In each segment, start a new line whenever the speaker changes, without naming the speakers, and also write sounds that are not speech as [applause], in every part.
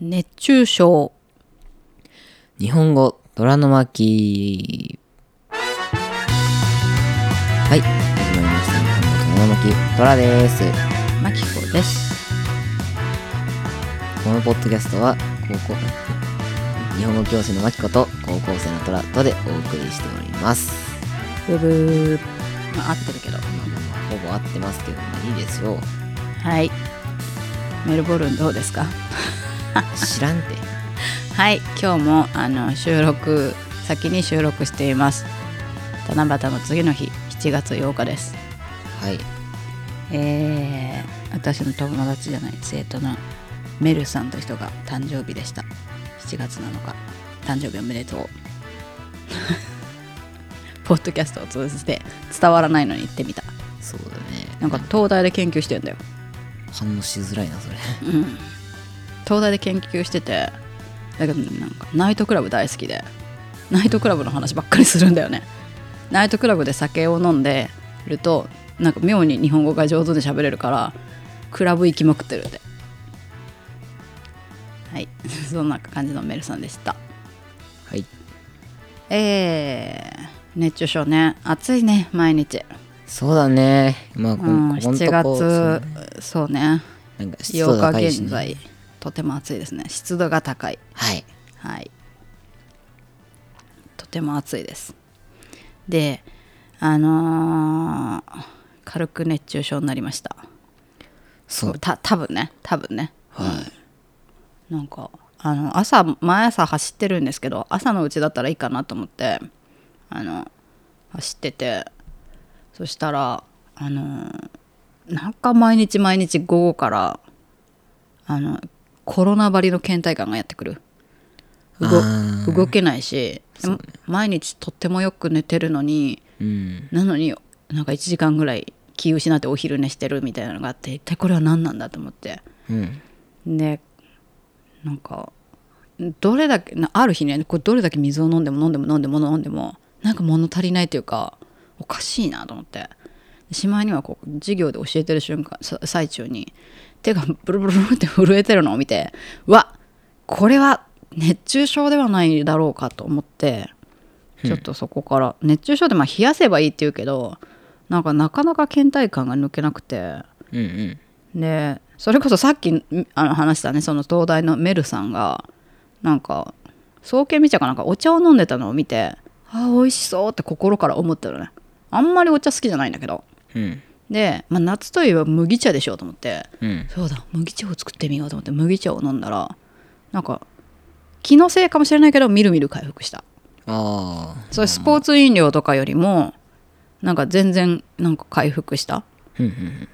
熱中症
日本語虎の巻はい始まりました日本語虎の巻虎です
マキコです
このポッドキャストは高校日本語教師の巻子と高校生の虎とでお送りしております
ブブーまあ合ってるけど
まあまあまあほぼ合ってますけど、まあいいでしょう
はいメルボルンどうですか
知らんて
はい今日もあの収録先に収録しています七夕の次の日7月8日です
はい
えー、私の友達じゃない生徒のメルさんという人が誕生日でした7月7日誕生日おめでとう [laughs] ポッドキャストを通じて伝わらないのに言ってみた
そうだね
なんか東大で研究してんだよ、
反応しづらいなそれ
うん、東大で研究しててだけどなんかナイトクラブ大好きでナイトクラブの話ばっかりするんだよねナイトクラブで酒を飲んでるとなんか妙に日本語が上手で喋れるからクラブ行きまくってるってはい [laughs] そんな感じのメルさんでした
はい
えー、熱中症ね暑いね毎日
そうだねまあ
う
こ,、
ん
ここんと
7
こ
月そうね
そうなんか湿度
8
高
日
いし、ね、
現在、とても暑いですね湿度が高い
はい
はいとても暑いですであのー軽く熱中症になりました
そう
た多分ね多分ね
はい
なんかあの朝毎朝走ってるんですけど朝のうちだったらいいかなと思ってあの走っててそしたらあのなんか毎日毎日午後からあのコロナばりの倦怠感がやってくる動
あー
動けないし、毎日とってもよく寝てるのに
うん
なのになんか1時間ぐらい気を失ってお昼寝してるみたいなのがあって一体これは何なんだと思って。
うん
でなんかどれだけなある日ねこれどれだけ水を飲んでも飲んでも飲んでも飲んでもなんか物足りないというかおかしいなと思ってでしまいにはこう授業で教えてる瞬間さ最中に手がブルブルブルって震えてるのを見てうわこれは熱中症ではないだろうかと思ってちょっとそこから熱中症ってまあ冷やせばいいって言うけどなんかなかなか倦怠感が抜けなくて
うんうん
でそれこそさっきんあの話したねその東大のメルさんがなんか総研見ちゃかなんかお茶を飲んでたのを見てあー美味しそうって心から思ってるねあんまりお茶好きじゃないんだけど
うん
で、まあ、夏といえば麦茶でしょうと思って
うん
そうだ麦茶を作ってみようと思って麦茶を飲んだらなんか気のせいかもしれないけどみるみる回復した
ああ
それスポーツ飲料とかよりもなんか全然なんか回復した
うんうん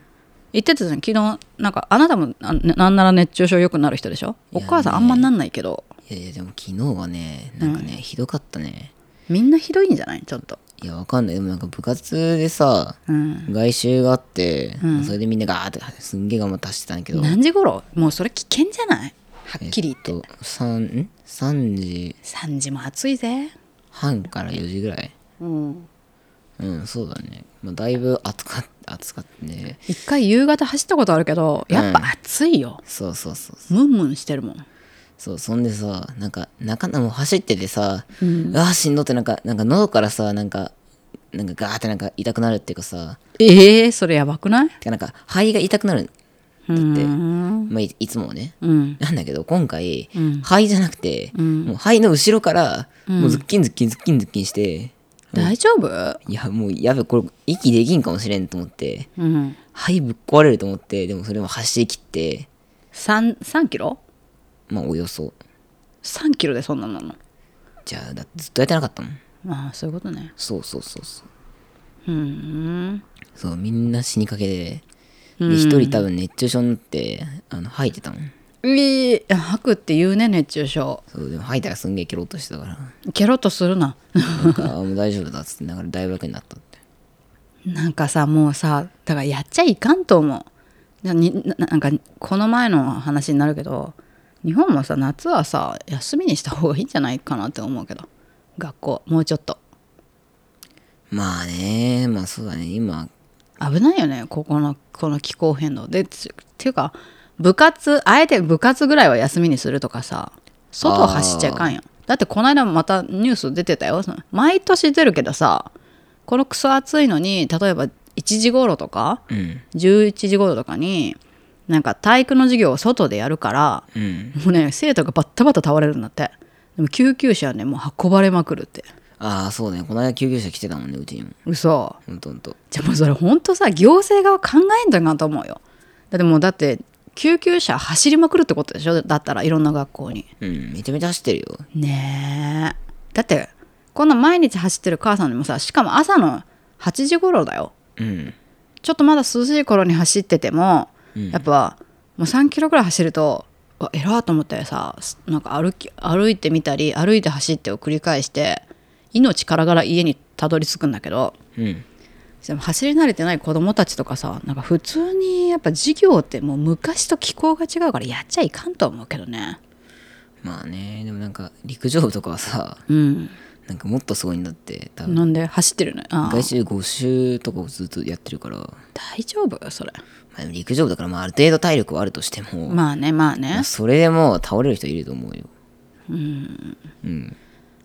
言ってたじゃん昨日なんかあなたもななんなら熱中症よくなる人でしょお母さんあんまなんないけど
いやいやでも昨日はねなんかね、ひどかったね
みんなひどいんじゃないちょっと
いやわかんないでもなんか部活でさ
うん
外周があって、
うん
それでみんなガーってすんげえ頑張って走ってたんだけど
何時頃もうそれ危険じゃないはっきり
え
言
っ
って、
と 3, ん3時
3時も暑いぜ
半から4時ぐらい
うん
うんそうだね、まあ、だいぶ暑かった暑かったね
一回夕方走ったことあるけどやっぱ暑いよ、
そうそうそう
ムンムンしてるもん
そうそんでさなんか中野も走っててさ、ああしんどってなんかなんか喉からさなんかなんかガーってなんか痛くなるっていうかさ
えー、それやばくない
てかなんか肺が痛くなる、
だってうん
まあ、いいつもはね
うん
なんだけど今回、
うん
肺じゃなくて、
うん
もう肺の後ろから、もうズッキンズッキンズッキンズッキンして
大丈夫
いやもうやべこれ息できんかもしれんと思って
うん
肺ぶっ壊れると思ってでもそれも走り切って
3 3キロ
まあおよそ
3キロでそんなんなの
じゃあだってずっとやってなかったもん
ああそういうことね
そうそうそうそう
うん
そうみんな死にかけでで一人多分熱中症になってあの吐いてたもん
ええ吐くって言うね熱中症
そうでも吐いたらすんげえケロッとしてたから
ケロッとするな
なんかあもう大丈夫だっつってだから大学になったって
なんかさもうさだからやっちゃいかんと思うなにななんかこの前の話になるけど日本もさ夏はさ休みにした方がいいんじゃないかなって思うけど学校もうちょっと
まあねまあそうだね今
危ないよねここのこの気候変動でつっていうか部活あえて部活ぐらいは休みにするとかさ外を走っちゃいかんよだってこの間もまたニュース出てたよその毎年出るけどさこのクソ暑いのに例えば1時頃とか
うん
11時頃とかになんか体育の授業を外でやるから
うん
もうね生徒がバッタバタ倒れるんだってでも救急車はねもう運ばれまくるって
ああそうねこの間救急車来てたもんねうちにも
嘘
ほんとほんと
じゃあもうそれほんとさ行政側考えんだなと思うよだってもうだって救急車走りまくるってことでしょだったらいろんな学校に
うんめちゃめちゃ走ってるよ
ねえだってこんな毎日走ってる母さんでもさしかも朝の8時頃だよ
うん
ちょっとまだ涼しい頃に走ってても、やっぱもう3キロぐらい走るとうわ偉いと思ってさすなんか歩き歩いてみたり歩いて走ってを繰り返して命からがら家にたどり着くんだけど
うん
でも走り慣れてない子供たちとかさなんか普通にやっぱ授業ってもう昔と気候が違うからやっちゃいかんと思うけどね
まあねでもなんか陸上部とかはさ
うん
なんかもっとすごいんだって多分
なんで走ってるのああ
外周5周とかをずっとやってるから、ま
大丈夫それ
あ、陸上部だからまあある程度体力はあるとしても、
まあねまあ
ま
ね
あそれでもう倒れる人いると思うよ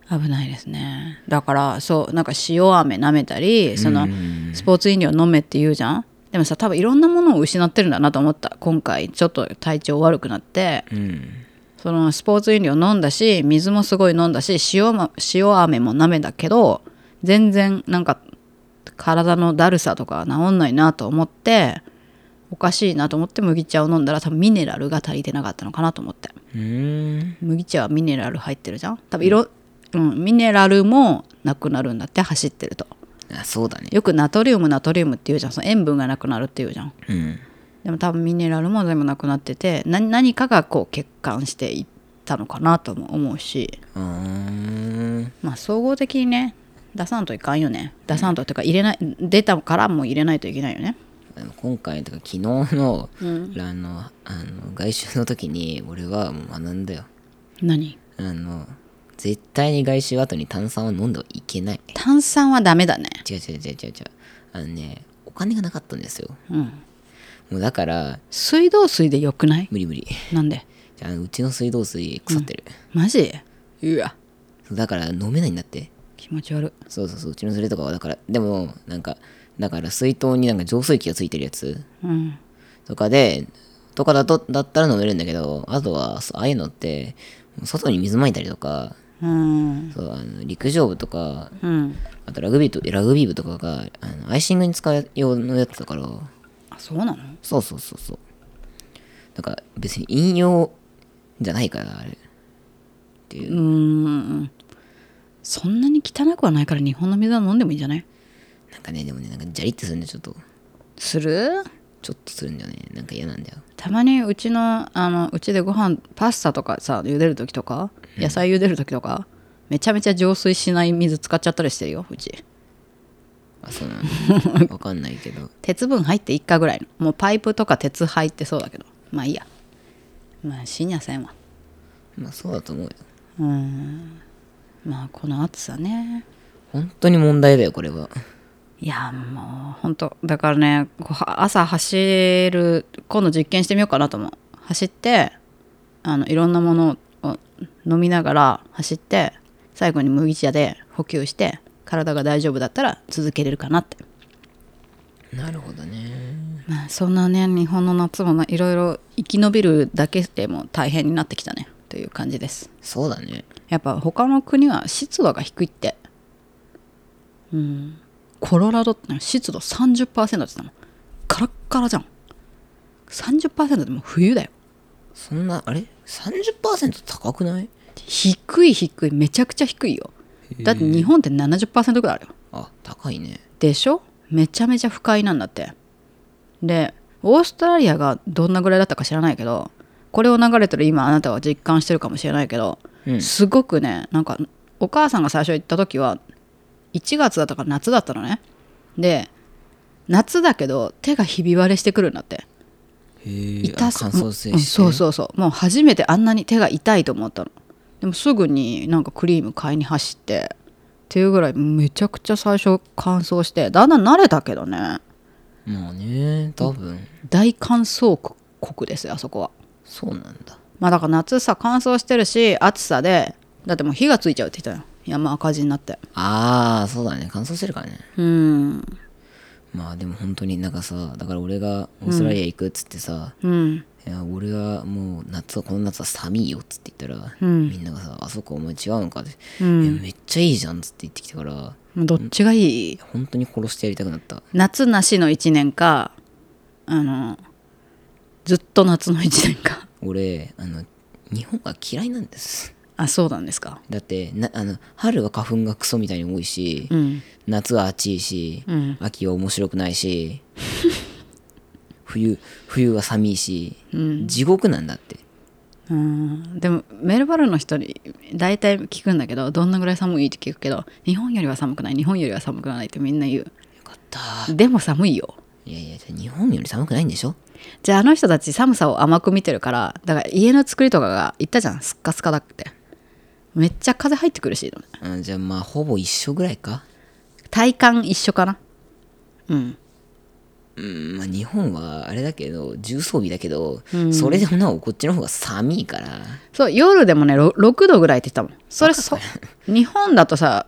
危ないですねだからそうなんか塩飴舐めたりそのスポーツ飲料飲めって言うじゃんでもさ多分いろんなものを失ってるんだなと思った今回ちょっと体調悪くなって
うん
そのスポーツ飲料飲んだし水もすごい飲んだし塩も塩飴も舐めだけど全然なんか体のだるさとか治んないなと思っておかしいなと思って麦茶を飲んだら多分ミネラルが足りてなかったのかなと思って
うーん
麦茶はミネラル入ってるじゃん多分色、うん、ミネラルもなくなるんだって走ってると
あそうだね
よくナトリウムナトリウムって言うじゃんその塩分がなくなるって言うじゃん
うん
でも多分ミネラルも全部なくなってて何何かがこう欠陥していったのかなとも思うし
うーん
まあ総合的にね出さんといかんよね出さんとっていうか入れない出たからもう入れないといけないよね
でも今回とか昨日の,、あのあの外周の時に俺はもう学んだよ
何
あの絶対に外周後に炭酸を飲んではいけない
炭酸はダメだね
違う違う違う違う違うあのねお金がなかったんですよ
うん
もうだから
水道水でよくない
無理無理
なんで
じゃあうちの水道水腐ってる、
マジうわ
そうだから飲めないんだって
気持ち悪い
そうそうそううちのそれとかはだからでもなんかだから水筒になんか浄水器がついてるやつ
うん
とかでとかだとだったら飲めるんだけどあとはそうああいうのって外に水まいたりとか
うん
そうあの陸上部とか
うん
あとラグビーとラグビー部とかがあのアイシングに使う用のやつだから
あそうなの
そうそうそうそうだから別に飲用じゃないからあれっていう
うーんそんなに汚くはないから日本の水は飲んでもいいんじゃない
なんかねでもねなんかジャリってするんでちょっと
する
ちょっとするんだよねなんか嫌なんだよ
たまにうちのあのうちでご飯パスタとかさ茹でる時とか野菜茹でる時とか、めちゃめちゃ浄水しない水使っちゃったりしてるようち
あそうなのわかんないけど
鉄分入って1回ぐらいのもうパイプとか鉄入ってそうだけどまあいいやまあ死にゃせんわ
まあそうだと思うよ
まあこの暑さね
本当に問題だよこれはい
やもう本当だからねこうは朝走る今度実験してみようかなと思う走ってあのいろんなものを飲みながら走って最後に麦茶で補給して体が大丈夫だったら続けれるかなって、
なるほどね
まあ、そんなね日本の夏もないろいろ生き延びるだけでも大変になってきたねという感じです
そうだね
やっぱ他の国は湿度が低いってうんコロラドって湿度30%って言ってたのカラッカラじゃん30%でもう冬だよ
そんなあれ30%高くない
低い低いめちゃくちゃ低いよだって日本って70%ぐらいあるよ
あ高いね
でしょめちゃめちゃ不快なんだってでオーストラリアがどんなぐらいだったか知らないけどこれを流れてる今あなたは実感してるかもしれないけど、
うん
すごくねなんかお母さんが最初行った時は1月だったから夏だったのねで夏だけど手がひび割れしてくるんだって
へえ
痛
乾燥性
うんそう
う
そうそうもう初めてあんなに手が痛いと思ったのでもすぐになんかクリーム買いに走ってっていうぐらいめちゃくちゃ最初乾燥してだんだん慣れたけどね
まあね多分
大乾燥酷ですよあそこは
そうなんだ
まあだから夏さ乾燥してるし暑さでだってもう火がついちゃうって言ってたよ山赤字になって
ああそうだね乾燥してるからね
うん
まあでも本当になんかさだから俺がオーストラリア行くっつってさ、
うん
いや俺はもう夏はこの夏は寒いよっつって言ったら、
うん
みんながさ「あそこお前違うのか」って、
うん
いやめっちゃいいじゃん」っつって言ってきたから
もうどっちがいい
本当に殺してやりたくなった
夏なしの1年かあのずっと夏の1年か
俺あの日本が嫌いなんです
あそうなんですか
だってなあの春は花粉がクソみたいに多いし、
うん
夏は暑いし、
うん
秋は面白くないし冬冬は寒いし、地獄なんだって
うんでもメルバルンの人に大体聞くんだけどどんなぐらい寒いって聞くけど日本よりは寒くない日本よりは寒くないってみんな言う
よかった
でも寒いよ
いやいや日本より寒くないんでしょ
じゃああの人たち寒さを甘く見てるからだから家の作りとかが言ったじゃんすっかすかだってめっちゃ風入ってくるし
あじゃあまあほぼ一緒ぐらいか
体感一緒かなうん
うんまあ日本はあれだけど重装備だけど、それでもなおこっちの方が寒いから
そう夜でもねろ6度ぐらいって言ってたもんそれそ日本だとさ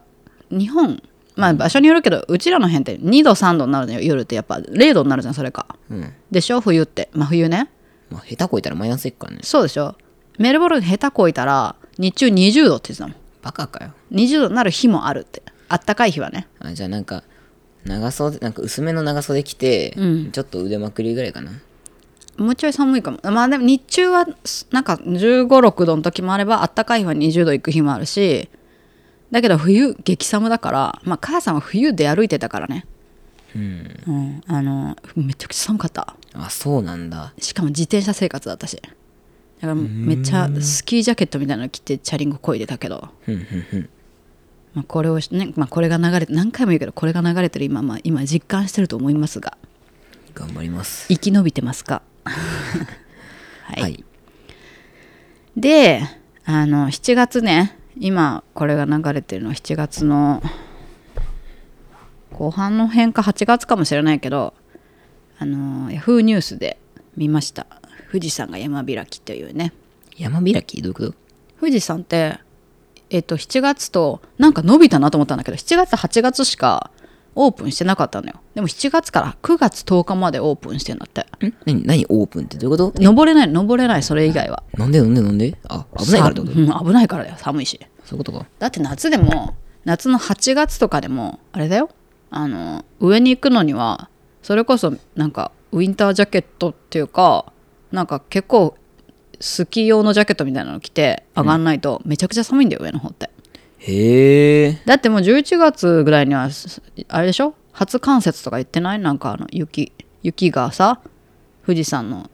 日本まあ場所によるけどうちらの辺って2度3度になるのよ夜ってやっぱ0度になるじゃんそれか
うん
でしょ冬って真冬ね
まあ下手こいたらマイナスいくからね
そうでしょメルボルン下手こいたら日中20度って言ってたも
バカかよ
ん20度になる日もあるってあったかい日はね
あじゃあなんか長袖なんか薄めの長袖着て、ちょっと腕まくりぐらいかな
もうちょい寒いかもまあでも日中はすなんか1 5 6度の時もあればあったかい日は20度行く日もあるしだけど冬激寒だからまあ母さんは冬で歩いてたからね
うん
うんあのめちゃくちゃ寒かった
あそうなんだ
しかも自転車生活だったしだからめっちゃスキージャケットみたいなの着てチャリンコこいでたけど、
ふんふんふん
まあ、これをしね、まあ、これが流れて何回も言うけどこれが流れてる今、まあ、今実感してると思いますが
頑張ります
生き延びてますかはい、
はい
であの7月ね今これが流れてるのは7月の後半の辺か8月かもしれないけどあの Yahoo ニュースで見ました富士山が山開きというね
山開きどういうこと
富士山ってえっと7月となんか伸びたなと思ったんだけど7月8月しかオープンしてなかったのよでも7月から9月10日までオープンしてんだって
ん何何オープンってどういうこと
登れない登れないそれ以外は
なんでなんでなんであ危ないからってこと
さうん危ないからだよ寒いし
そういうことか
だって夏でも夏の8月とかでもあれだよあの上に行くのにはそれこそなんかウィンタージャケットっていうかなんか結構スキー用のジャケットみたいなの着て上がんないとめちゃくちゃ寒いんだよ上の方って
へえ
だってもう11月ぐらいにはすあれでしょ初冠雪とか言ってないなんかあの雪雪がさ富士山の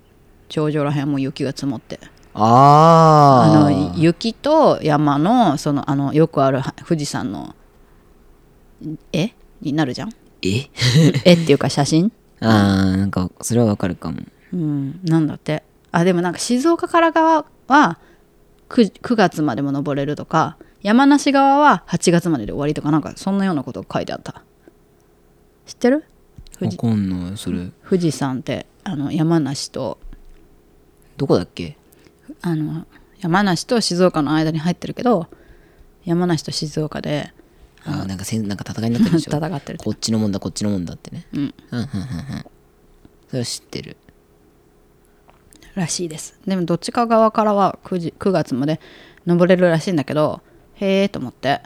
頂上らへんも雪が積もってあ
あ
の雪と山のそのあのよくあるは富士山の絵になるじゃん
え
絵っていうか写真、
あーなんかそれはわかるかも
うん、なんだってあでもなんか静岡から側は 9, 9月までも登れるとか山梨側は8月までで終わりとかなんかそんなようなことが書いてあった知ってる
わかんないそれ
富士山ってあの山梨と
どこだっけ
あの山梨と静岡の間に入ってるけど山梨と静岡で
あーなんかせんなんか戦いになってるでし
[laughs] 戦
ょ
ってる
こっちのもんだこっちのもんだってね
うん
うんうんうんうんそれは知ってる
らしいですでもどっちか側からは 9, 時9月まで登れるらしいんだけどへえと思って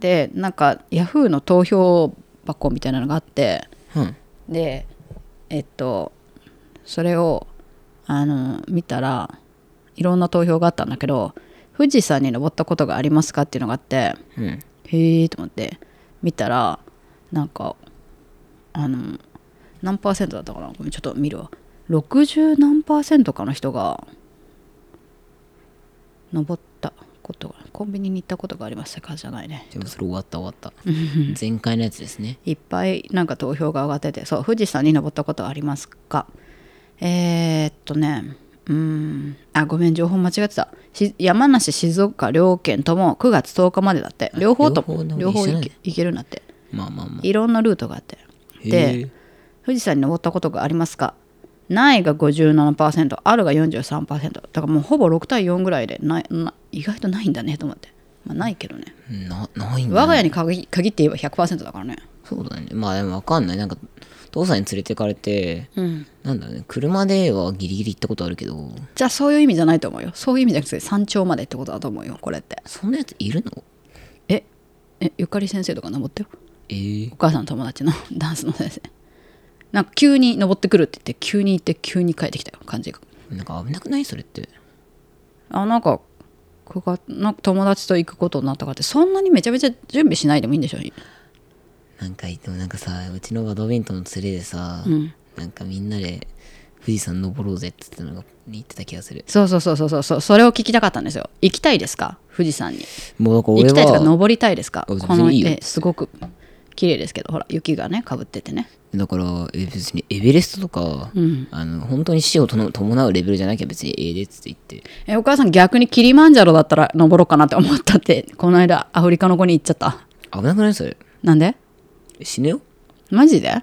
でなんかヤフーの投票箱みたいなのがあって
うん
でえっとそれをあの見たらいろんな投票があったんだけど富士山に登ったことがありますかっていうのがあって
うん
へえと思って見たらなんかあの何パーセントだったかなごめんちょっと見るわ60何パーセントかの人が登ったことがコンビニに行ったことがありますって感じじゃないね [laughs]
でもそれ終わった終わった前回のやつですね
いっぱいなんか投票が上がっててそう富士山に登ったことはありますかえー、っとねうーんあごめん情報間違ってたし山梨静岡両県とも9月10日までだって両方とも両
両
方
方で
行
も一緒なんだ
け行けるんだって
まあまあまあ
いろんなルートがあって
へ
で
え
富士山に登ったことがありますかないが57%あるが43%だからもうほぼ6対4ぐらいでないな意外とないんだねと思って、まあ、ないけどね
なないんだ、ね、
我が家に限り限って言えば100%だからね
そうだねまあでも分かんないなんか父さんに連れてかれて
うん
なんだろうね車ではギリギリ行ったことあるけど
じゃあそういう意味じゃないと思うよそういう意味じゃなくて山頂までってことだと思うよこれって
そんなやついるの
ええゆかり先生とか登ってよ
えー
お母さんの友達の [laughs] ダンスの先生なんか急に登ってくるって言って急に行って急に帰ってきたよ感じが
なんか危なくないそれって
あなんかここがなんか友達と行くことになったからってそんなにめちゃめちゃ準備しないでもいいんでしょ
なんかでもなんかさうちのバドミントンの連れでさ、
うん
なんかみんなで富士山登ろうぜって言ってたのが言ってた気がする
そうそうそうそうそうそうそれを聞きたかったんですよ行きたいですか富士山に
もうなんか
行
俺
きたいですか
は
登りたいですか
あ
こ
全
の
然いいよ
絵すごく綺麗ですけどほら雪がねかぶっててね
だからえ別にエベレストとか、
うん
あの本当に死をとの伴うレベルじゃなきゃ別にええでっつって言って
えお母さん逆にキリマンジャロだったら登ろうかなって思ったってこの間アフリカの子に行っちゃった
危なくないそれ
なんで
死ぬよ
マジで、
ん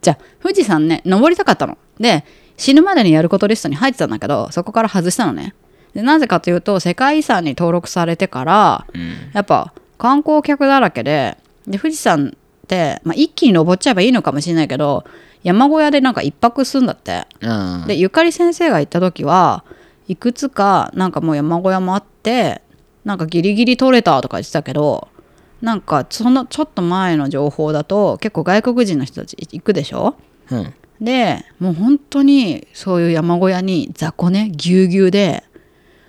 じゃあ富士山ね登りたかったので死ぬまでにやることリストに入ってたんだけどそこから外したのねでなぜかというと世界遺産に登録されてから、やっぱ観光客だらけでで富士山って、まあ、一気に登っちゃえばいいのかもしれないけど山小屋でなんか一泊するんだって
うん
でゆかり先生が行った時はいくつかなんかもう山小屋もあってなんかギリギリ取れたとか言ってたけどなんかそのちょっと前の情報だと結構外国人の人たち行くでしょ
うん
でもう本当にそういう山小屋に雑魚ねぎゅうぎゅうで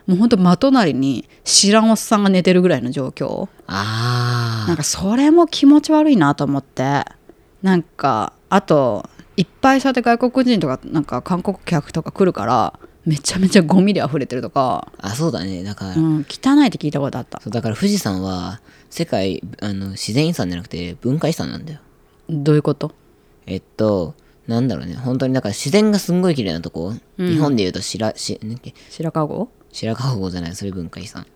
もう本当真隣に知らんおっさんが寝てるぐらいの状況
あ
なん
あ
かそれも気持ち悪いなと思ってなんかあといっぱいそうやって外国人とかなんか韓国客とか来るからめちゃめちゃゴミで溢れてるとか、
あそうだねだから、
うん、汚いって聞いたことあった
そうだから富士山は世界あの自然遺産じゃなくて文化遺産なんだよ
どういうこと
えっと、なんだろうね、本当にだから自然がすんごい綺麗なとこ、日本で言うと白、し、なんだっけ、
白川郷
白川郷じゃない、それ文化遺産。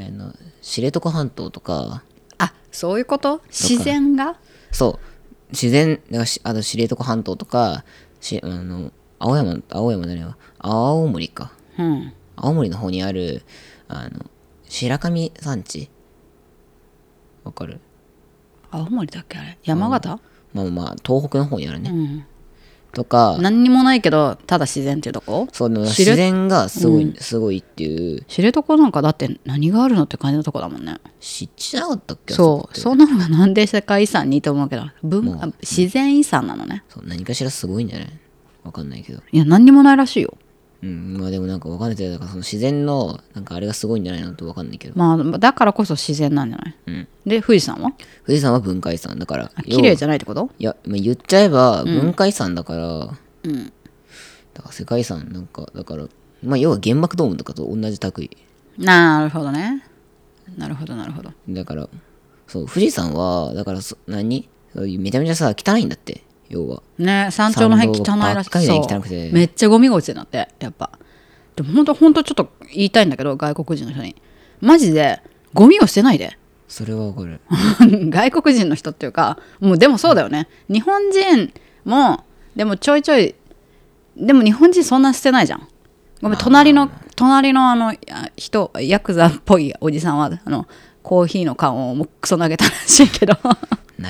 あの、知床半島とか、
あそういうこと自然が
そう、自然、だからしあと知床半島とか、し、あの、青山、青山じゃないわ、青森か。
うん
青森の方にある、あの、白神山地。わかる
青森だっけあれ山形、
まあまあ、東北の方にあるね。
うん
とか、
何にもないけどただ自然っていうとこ
そう、でも
知れ
自然がすごい、すごいっていう、
知床なんかだって何があるのって感じのとこだもんね
知っちなかったっけあ
そ
そこっ
う
て
そんなのがなんで世界遺産にと思うけど文化、
もう
自然遺産なのね
そう何かしらすごいんじゃないわかんないけど。
いや何にもないらしいよ
うん、まあでもなんかわかんないけど、だからその自然の、なんかあれがすごいんじゃないのとわかんないけど。
まあだからこそ自然なんじゃない、
うん
で富士山は
富士山は文化遺産だから。
あ綺麗
ゃ
じゃないってこと
いや、まあ、言っちゃえば文化遺産だから、
うん
だから世界遺産なんか、だから、まあ要は原爆ドームとかと同じ類。
なるほどねなるほどなるほど
だから、そう、富士山は、だからそ、何そういうめちゃめちゃさ、汚いんだって、要は。
ね山頂の辺汚
山道
いらし
ばっかり
い
で
そ
汚くて
うめっちゃゴミが落ちてるんだってやっぱでもほんとほんとちょっと言いたいんだけど外国人の人にマジでゴミを捨てないで
それはわ
[laughs]
かる。
外国人の人っていうかもうでもそうだよね日本人もでもちょいちょいでも日本人そんな捨てないじゃんごめん隣の隣のあのあ人ヤクザっぽいおじさんはあのコーヒーの缶をもうクソ投げたらしいけど
投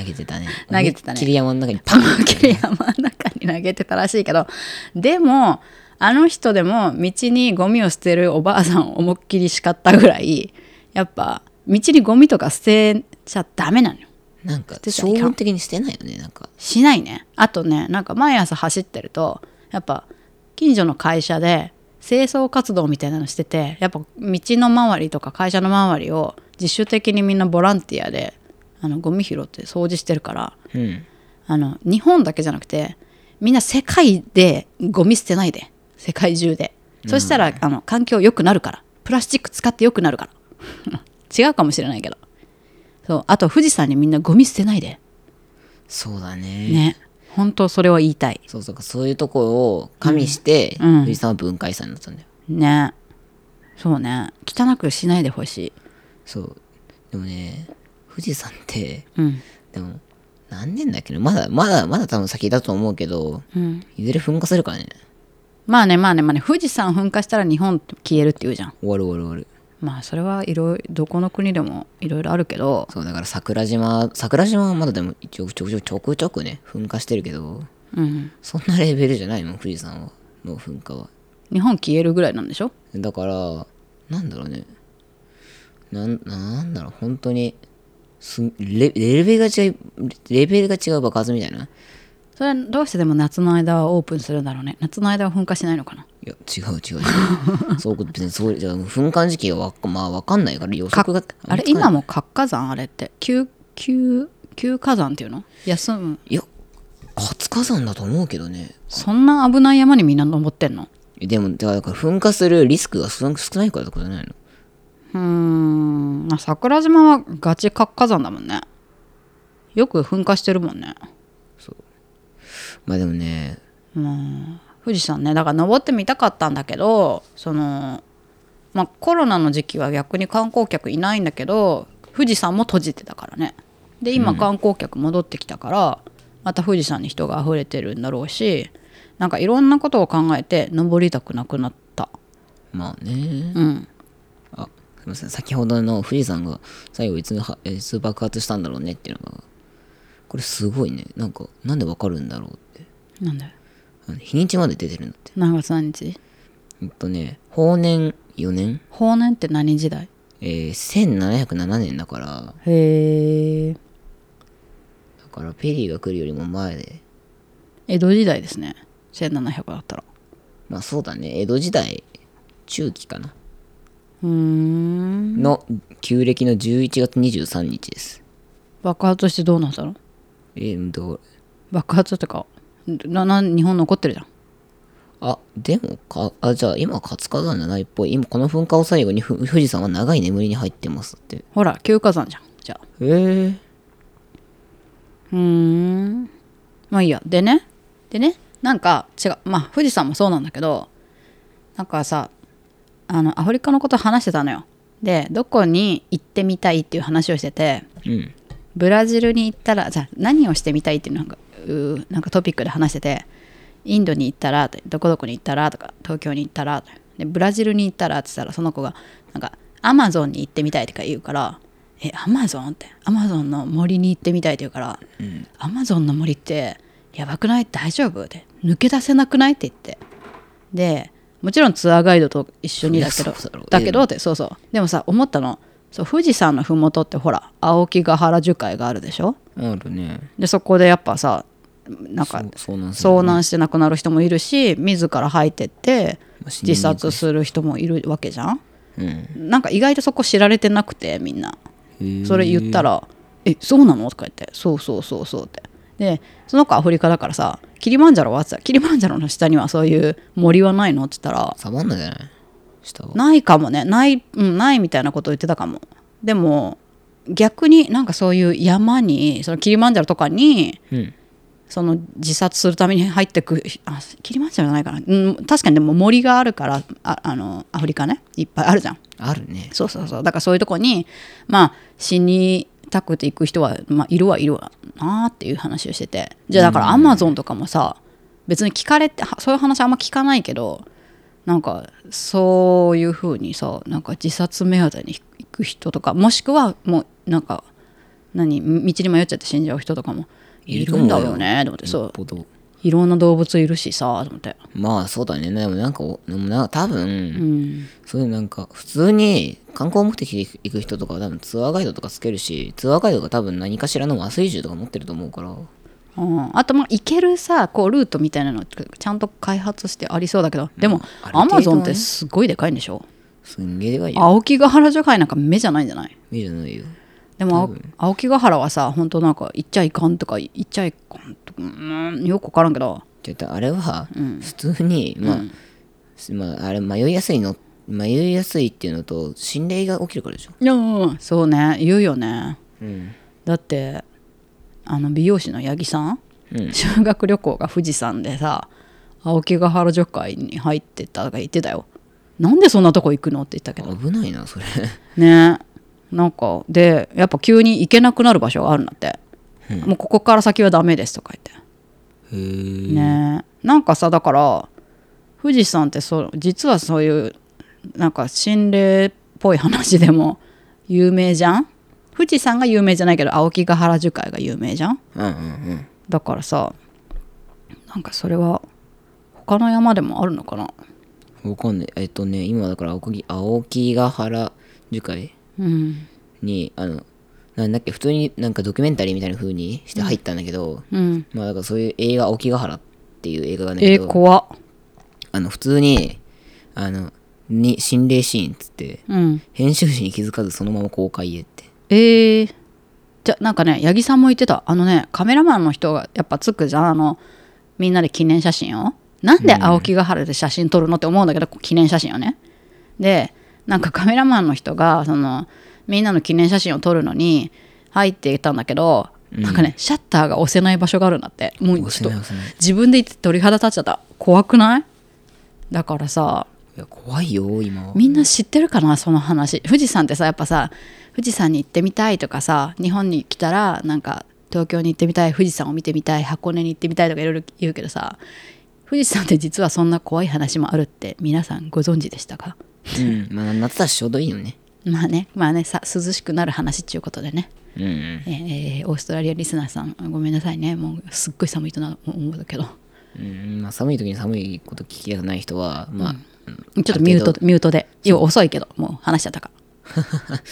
げてたね。
投げてたね
思いっきり山の中にパ
パ
ン
ン切り山の中に投げてたらしいけどでもあの人でも道にゴミを捨てるおばあさんを思いっきり叱ったぐらいやっぱ道にゴミとか捨てちゃダメなのよ
な
[laughs]
んか、
てたらいか
将
ん
軍的にしてないよね、なんか。
しないねあとねなんか毎朝走ってるとやっぱ近所の会社で清掃活動みたいなのしててやっぱ道の周りとか会社の周りを自主的にみんなボランティアであのゴミ拾って掃除してるから
うん。
あの日本だけじゃなくてみんな世界でゴミ捨てないで世界中でそしたら、あの環境良くなるからプラスチック使って良くなるから [laughs] 違うかもしれないけどそうあと富士山にみんなゴミ捨てないで
そうだね。
ね本当それは言いたい
そうそうそういうところを加味して、
うんうん
富士山は文化遺産になったんだよ。
ねそうね汚くしないでほしい
そう。でもね、富士山って、
うん
でも、何年だっけなまだ、まだ、まだ多分先だと思うけど、
うん
いずれ噴火するからね。
まあねまあねまあね富士山噴火したら日本って消えるって言うじゃん
終わる終わる終わる
まあそれはいろいろどこの国でもいろいろあるけど
そうだから桜島桜島はまだでも一応ちょくちょくちょくちょくね噴火してるけど
うん
そんなレベルじゃないもん富士山はの噴火は
日本消えるぐらいなんでしょ
だからなんだろうねなんなんだろう本当にすレレベルが違いレベルが違う爆発みたいな
それはどうしてでも夏の間はオープンするんだろうね夏の間は噴火しないのかない
や違う違う違うそう別にそうじゃあ噴火時期がわまあわかんないから予測が
あれ
つかない
今も活火山あれって休休休火山っていうの休む
いや活火山だと思うけどね
そんな危ない山にみんな登ってんの
でもだから噴火するリスクが少な少ないからってことじゃないの
うーんあ桜島はガチ活火山だもんねよく噴火してるもんね
まあでもね
うん富士山ねだから登ってみたかったんだけどそのまあコロナの時期は逆に観光客いないんだけど富士山も閉じてたからねで今観光客戻ってきたから、また富士山に人が溢れてるんだろうしなんかいろんなことを考えて登りたくなくなった
まあね
うん
あすいません先ほどの富士山が最後いつはえーいつ爆発したんだろうねっていうのがこれすごいねなんかなんでわかるんだろうって
なんだよ
あの日にちまで出てるんだって
何月何日
えっとね法年4年
法年って何時代
えー、1707年だから
へえ
だからペリーが来るよりも前で
江戸時代ですね1700だったら
まあそうだね江戸時代中期かな
うーん
の旧暦の11月23日です
爆発してどうなったの
えー、どう
爆発とかなな日本残ってるじゃん
あでもかあじゃあ今活火山じゃないっぽい今この噴火を最後にふ富士山は長い眠りに入ってますって
ほら休火山じゃんじゃあ
へえ
うーんまあいいやでねでねなんか違うまあ富士山もそうなんだけどなんかさあのアフリカのこと話してたのよでどこに行ってみたいっていう話をしてて
うん
ブラジルに行ったらじゃあ何をしてみたいっていうなんかうーなんかトピックで話しててインドに行ったらどこどこに行ったらとか東京に行ったらでブラジルに行ったらって言ったらその子がなんかアマゾンに行ってみたいとか言うから「えアマゾン?」って「アマゾンの森に行ってみたい」って言うから「アマゾンの森ってやばくない大丈夫?」って「抜け出せなくない?」って言ってでもちろんツアーガイドと一緒にだけど
いやそうだろう
だけどってそうそうでもさ思ったのそう富士山の麓ってほら青木ヶ原樹海があるでしょ
あるね
でそこでやっぱさなんか
そうそうなんすよ
遭難して亡くなる人もいるし自ら入ってって
まあ死にに
自殺する人もいるわけじゃん
うん
なんか意外とそこ知られてなくてみんな
へえ
それ言ったら「えそうなの?」とか言って「そうそうそうそう」ってでその子アフリカだからさキリマンジャロはって言ったらキリマンジャロの下にはそういう森はないのって言ったら
サバンナじゃない下は
ないかもねない、うん、ないみたいなことを言ってたかもでも逆になんかそういう山にそのキリマンジャロとかに
うん
その自殺するために入ってくあキリマンジャロじゃないかな、うん、確かにでも森があるからああのアフリカねいっぱいあるじゃん
あるね
そうそうそうだからそういうとこにまあ死にたくて行く人は、まあ、いるはいるわなーっていう話をしててじゃあだからアマゾンとかもさ別に聞かれてはそういう話あんま聞かないけどなんかそういうふうにさなんか自殺目当てに行く人とかもしくはもうなんか何道に迷っちゃって死んじゃう人とかもいるんだろうねと思って
よ
そ
っぽど
ういろんな動物いるしさと思って
まあそうだねでもなんかおでもな多分、
うん
そういうなんか普通に観光目的で行く人とかは多分ツアーガイドとかつけるしツアーガイドが多分何かしらの麻酔銃とか持ってると思うから
うん、あとまあ行けるさこうルートみたいなのってちゃんと開発してありそうだけどでも、
ある
ア
程度
マ
はね
ゾンってすごいでかいんでしょ
すんげえでかいよ
青木ヶ原樹海なんか目じゃないんじゃない
見るのいいよ
でも青青木ヶ原はさ本当なんか行っちゃいかんとか行っちゃいかんとかうんよく分からんけど
ちょっとあれは普通に、まあ、すまああれ迷いやすいの迷いやすいっていうのと心霊が起きるからでしょ
いやそうね言うよね
うん
だってあの美容師の八木さん、修学旅行が富士山でさ青木ヶ原樹海に入ってったとか言ってたよなんでそんなとこ行くのって言ったけど
危ないなそれ [laughs]
ねなんかでやっぱ急に行けなくなる場所があるんだって、もうここから先はダメですとか言って
へえ
ねなんかさだから富士山ってそう実はそういうなんか心霊っぽい話でも [laughs] 有名じゃん富士山が有名じゃないけど青木ヶ原樹海が有名じゃん
うんうん
だからさなんかそれは他の山でもあるのかな
うんわかんないえっとね今だから青木青木ヶ原樹海
うん
にあのなんだっけ普通になんかドキュメンタリーみたいな風にして入ったんだけど、
うん
まあだからそういう映画「青木ヶ原」っていう映画がね
えー、怖っ
あの普通にあのに心霊シーンっつって
うん
編集時に気づかずそのまま公開へって
えー、じゃなんかね八木さんも言ってたあのねカメラマンの人がやっぱつくじゃんあのみんなで記念写真をなんで青木ヶ原で写真撮るのって思うんだけど記念写真をねでなんかカメラマンの人がそのみんなの記念写真を撮るのに入っていたんだけど、なんかねシャッターが押せない場所があるんだってもう
押
ち
せ
ょ
な
っと
い押せないい
自分で言って鳥肌立っちゃった怖くないだからさ
や怖いよ今は
みんな知ってるかなその話富士山ってさやっぱさ富士山に行ってみたいとかさ日本に来たらなんか東京に行ってみたい富士山を見てみたい箱根に行ってみたいとかいろいろ言うけどさ富士山って実はそんな怖い話もあるって皆さんご存知でしたか
うんまあ夏だしちょうどいいよね
まあねまあねさ涼しくなる話っていうことでね、
うんうん
えーオーストラリアリスナーさんごめんなさいねもうすっごい寒いとな思うんだけど
うんまあ、寒い時に寒いこと聞きたくない人は、まあ、うん
ちょっとミュ
あ
ー
る
トミュートで要は遅いけどもう話しちゃったから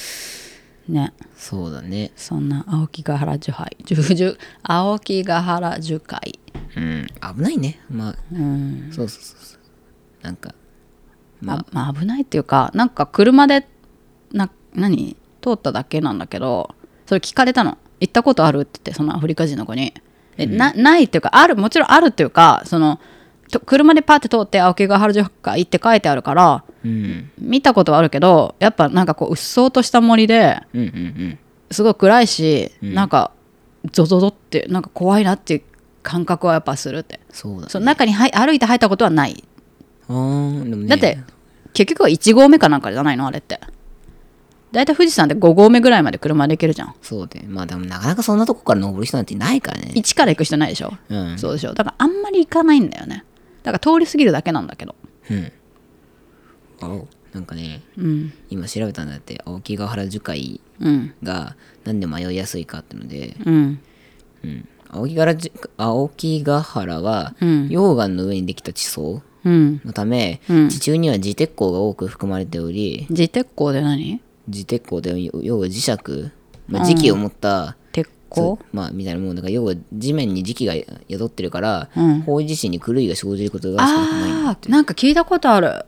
ね
そうだね。
そんな青木ヶ原樹海樹樹青木ヶ原樹海
うん、危ないね。まあ、
うん
そうそうそうそう。なんか、
まあ、まあ危ないっていうかなんか車でな何通っただけなんだけどそれ聞かれたの行ったことあるって言ってそのアフリカ人の子にえなないっていうかあるもちろんあるっていうかそのと車でパって通って青木ヶ原樹海って書いてあるから
うん、
見たことはあるけどやっぱなんかこううっそうとした森で
うん、うん、うん。
すごい暗いし、なんかゾゾゾってなんか怖いなっていう感覚はやっぱするって
そうだ、ね。
その中に入歩いて入ったことはない、
あーでもね、
だって、結局は1合目かなんかじゃないのあれって大体富士山って5合目ぐらいまで車で行けるじゃん
そうで、まあ、でもなかなかそんなとこから登る人なんていないからね。
1から行く人ないでしょ、
うん、
そうでしょだからあんまり行かないんだよねだから通り過ぎるだけなんだけど
うん。わおなんかね、
うん
今調べたんだって、青木ヶ原樹海
うん
がなんで迷いやすいかってので、
うん
うん、青木ヶ原樹青木ヶ原は、
うん
溶岩の上にできた地層
うん
のため、
うん
地中には磁鉄鉱が多く含まれており
自鉄鋼で何
磁鉄鉱で要は磁石、まあ、磁気を持った、
鉄
そ
鋼
うまあみたいなもんだから要は地面に磁気が宿ってるから、
うん
方位地震に狂いが生じることが少なくないんだ
ああーなんか聞いたことある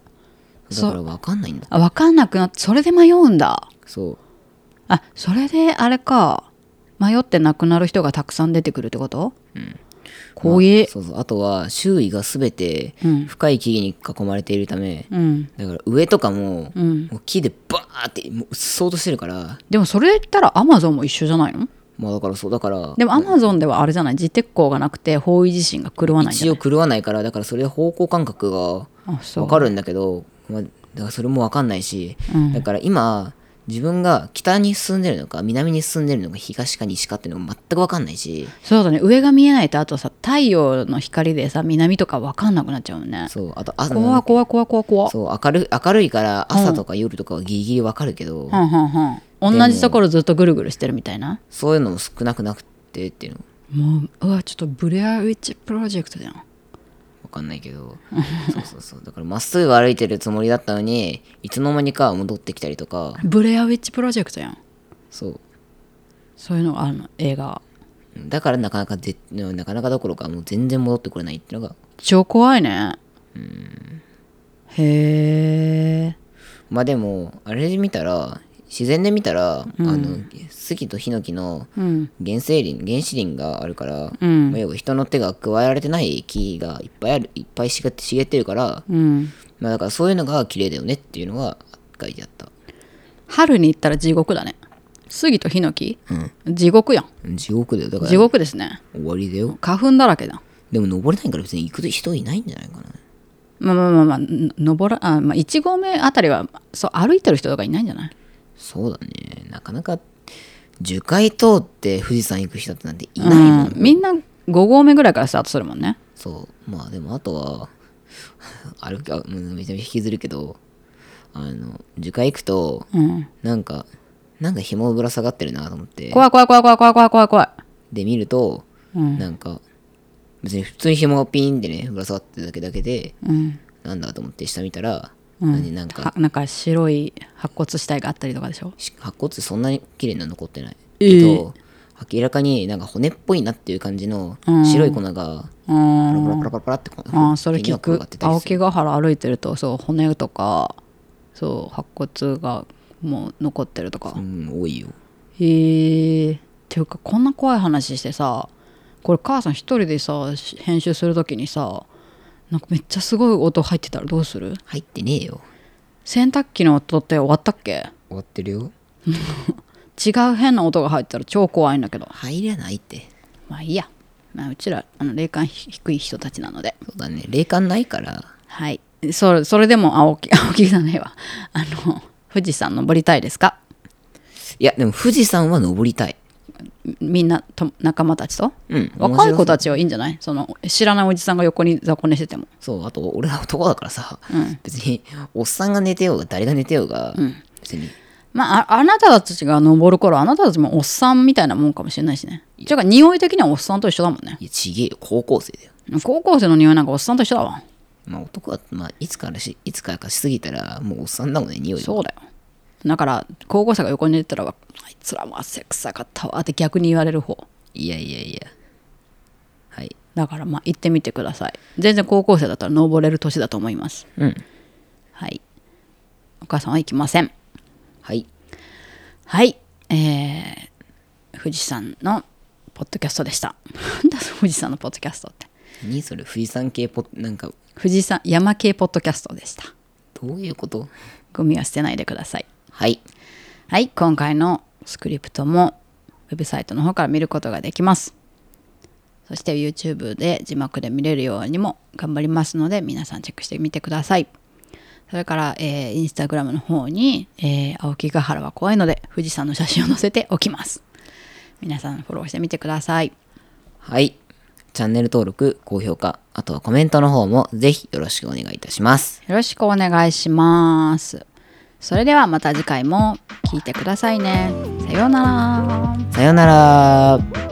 だから分かんないんだ
あ分かんなくなってそれで迷うんだ
そう
あそれであれか迷って亡くなる人がたくさん出てくるってこと怖
ま
え
あそうそうあとは周囲が全て
うん
深い木々に囲まれているため、
うん
だから上とかも,、
うん
もう木でバーってもううっそうとしてるから
でもそれで言ったらアマゾンも一緒じゃないの
まあだからそうだから
でもアマゾンではあれじゃない自鉄鋼がなくて方位地震が狂わないんじ
一
ゃ
応狂わないからだからそれで方向感覚が
ないあそう
わかるんだけど、まあ、だからそれもわかんないし、だから今自分が北に進んでるのか南に進んでるのか東か西かっていうのも全くわかんないし
そうだね上が見えないとあとさ太陽の光でさ南とか分かんなくなっちゃうもんね
そうあと朝
怖い怖い怖い怖い怖い
そう明るい明るいから朝とか夜とかはギリギリわかるけど、
はんはんはん同じところずっとぐるぐるしてるみたいな
そういうのも少なくなくてっていうの
もううわちょっとブレアウィッチプロジェクトじゃん
わかんないけどそうそうそうだからまっすぐ歩いてるつもりだったのにいつの間にか戻ってきたりとか
ブレアウィッチプロジェクトやん
そう
そういうのがあるの映画
だからなかなかぜなかなかどころかもう全然戻ってこれないっていうのが
超怖いねへえ
まあでもあれで見たら自然で見たら、あの杉とヒノキの
うん
原生林原始林があるから、
うん
まあ要は人の手が加えられてない木がいっぱいあるいっぱい茂って茂ってるから、
うん
まあだからそういうのが綺麗だよねっていうのが書いてあった
春に行ったら地獄だね杉とヒノキ、
う
地獄やん
地獄だよだから
地獄ですね
終わりだよ
花粉だらけだ
でも登れないから別に行く人いないんじゃないかな
まあまあまあまあの登らあ、まあ、1合目あたりはそう歩いてる人とかいないんじゃない
そうだねなかなか樹海通って富士山行く人ってなんていないもん、
うんみんな5合目ぐらいからスタートするもんね
そうまあでもあとは [laughs] 歩きあうんめちゃめちゃ引きずるけどあの樹海行くと
うん。
なんかなんか紐ぶら下がってるなと思って
怖い怖い怖い怖い怖い怖い怖い怖い。
で見ると
うん。
なんか別に普通に紐がピーンってねぶら下がってるだけだけで
うん。
なんだと思って下見たら、
うん
何なんか
はなんか白い白骨死体があったりとかでしょ
し白骨そんなに綺麗なの残ってない
え
け
ー
ど、明らかになんか骨っぽいなっていう感じの
うん
白い粉が
う
パラパラ
ん
パラパラパラってこう
あーそれ聞
木には転
く
がってたり
青
する
木ヶ原歩いてるとそう骨とかそう白骨がもう残ってるとか
うん多いよ
へえっていうかこんな怖い話してさこれ母さん一人でさし編集するときにさなんかめっちゃすごい音入ってたらどうする
入ってねえよ
洗濯機の音って終わったっけ
終わってるよ
違う変な音が入ったら超怖いんだけど
入らないって
まあいいや、まあ、うちらあの霊感ひ低い人たちなので
そうだね霊感ないから
はいそれそれでも青木 [laughs] 青木じゃねえわあの富士山登りたいですか
いやでも富士山は登りたい
みみんなと仲間たちと
うん
若い子た
ち
ちはいいんじゃないその知らないおじさんが横に雑魚寝してても
そうあと俺は男だからさ、
うん
別におっさんが寝てようが誰が寝てようが、別に
まあ、ああなたたちが登る頃あなたたちもおっさんみたいなもんかもしれないしねていうか匂い的にはおっさんと一緒だもんね
いやちげえよ高校生だよ
高校生の匂いなんかおっさんと一緒だわ
まあ男は、まあ、いつからしいつからかしすぎたらもうおっさんだもんね匂いは
そうだよだから高校生が横に寝てたらあいつらも汗臭かったわって逆に言われる方
いやいやいやはい
だからまあ行ってみてください全然高校生だったら登れる年だと思います
うん
はいお母さんは行きません
はい
はいえー、富士山のポッドキャストでしたなんだその富士山のポッドキャストって
何それ富士山系ポなんか
富士山山系ポッドキャストでした
どういうこと
ゴミは捨てないでください
はい
はい今回のスクリプトもウェブサイトの方から見ることができますそして YouTube で字幕で見れるようにも頑張りますので皆さんチェックしてみてくださいそれから、えー、インスタグラムの方に、えー青木ヶ原は怖いので富士山の写真を載せておきます皆さんフォローしてみてください
はいチャンネル登録高評価あとはコメントの方もぜひよろしくお願いいたします
よろしくお願いしますそれではまた次回も聞いてくださいねさようなら
さようなら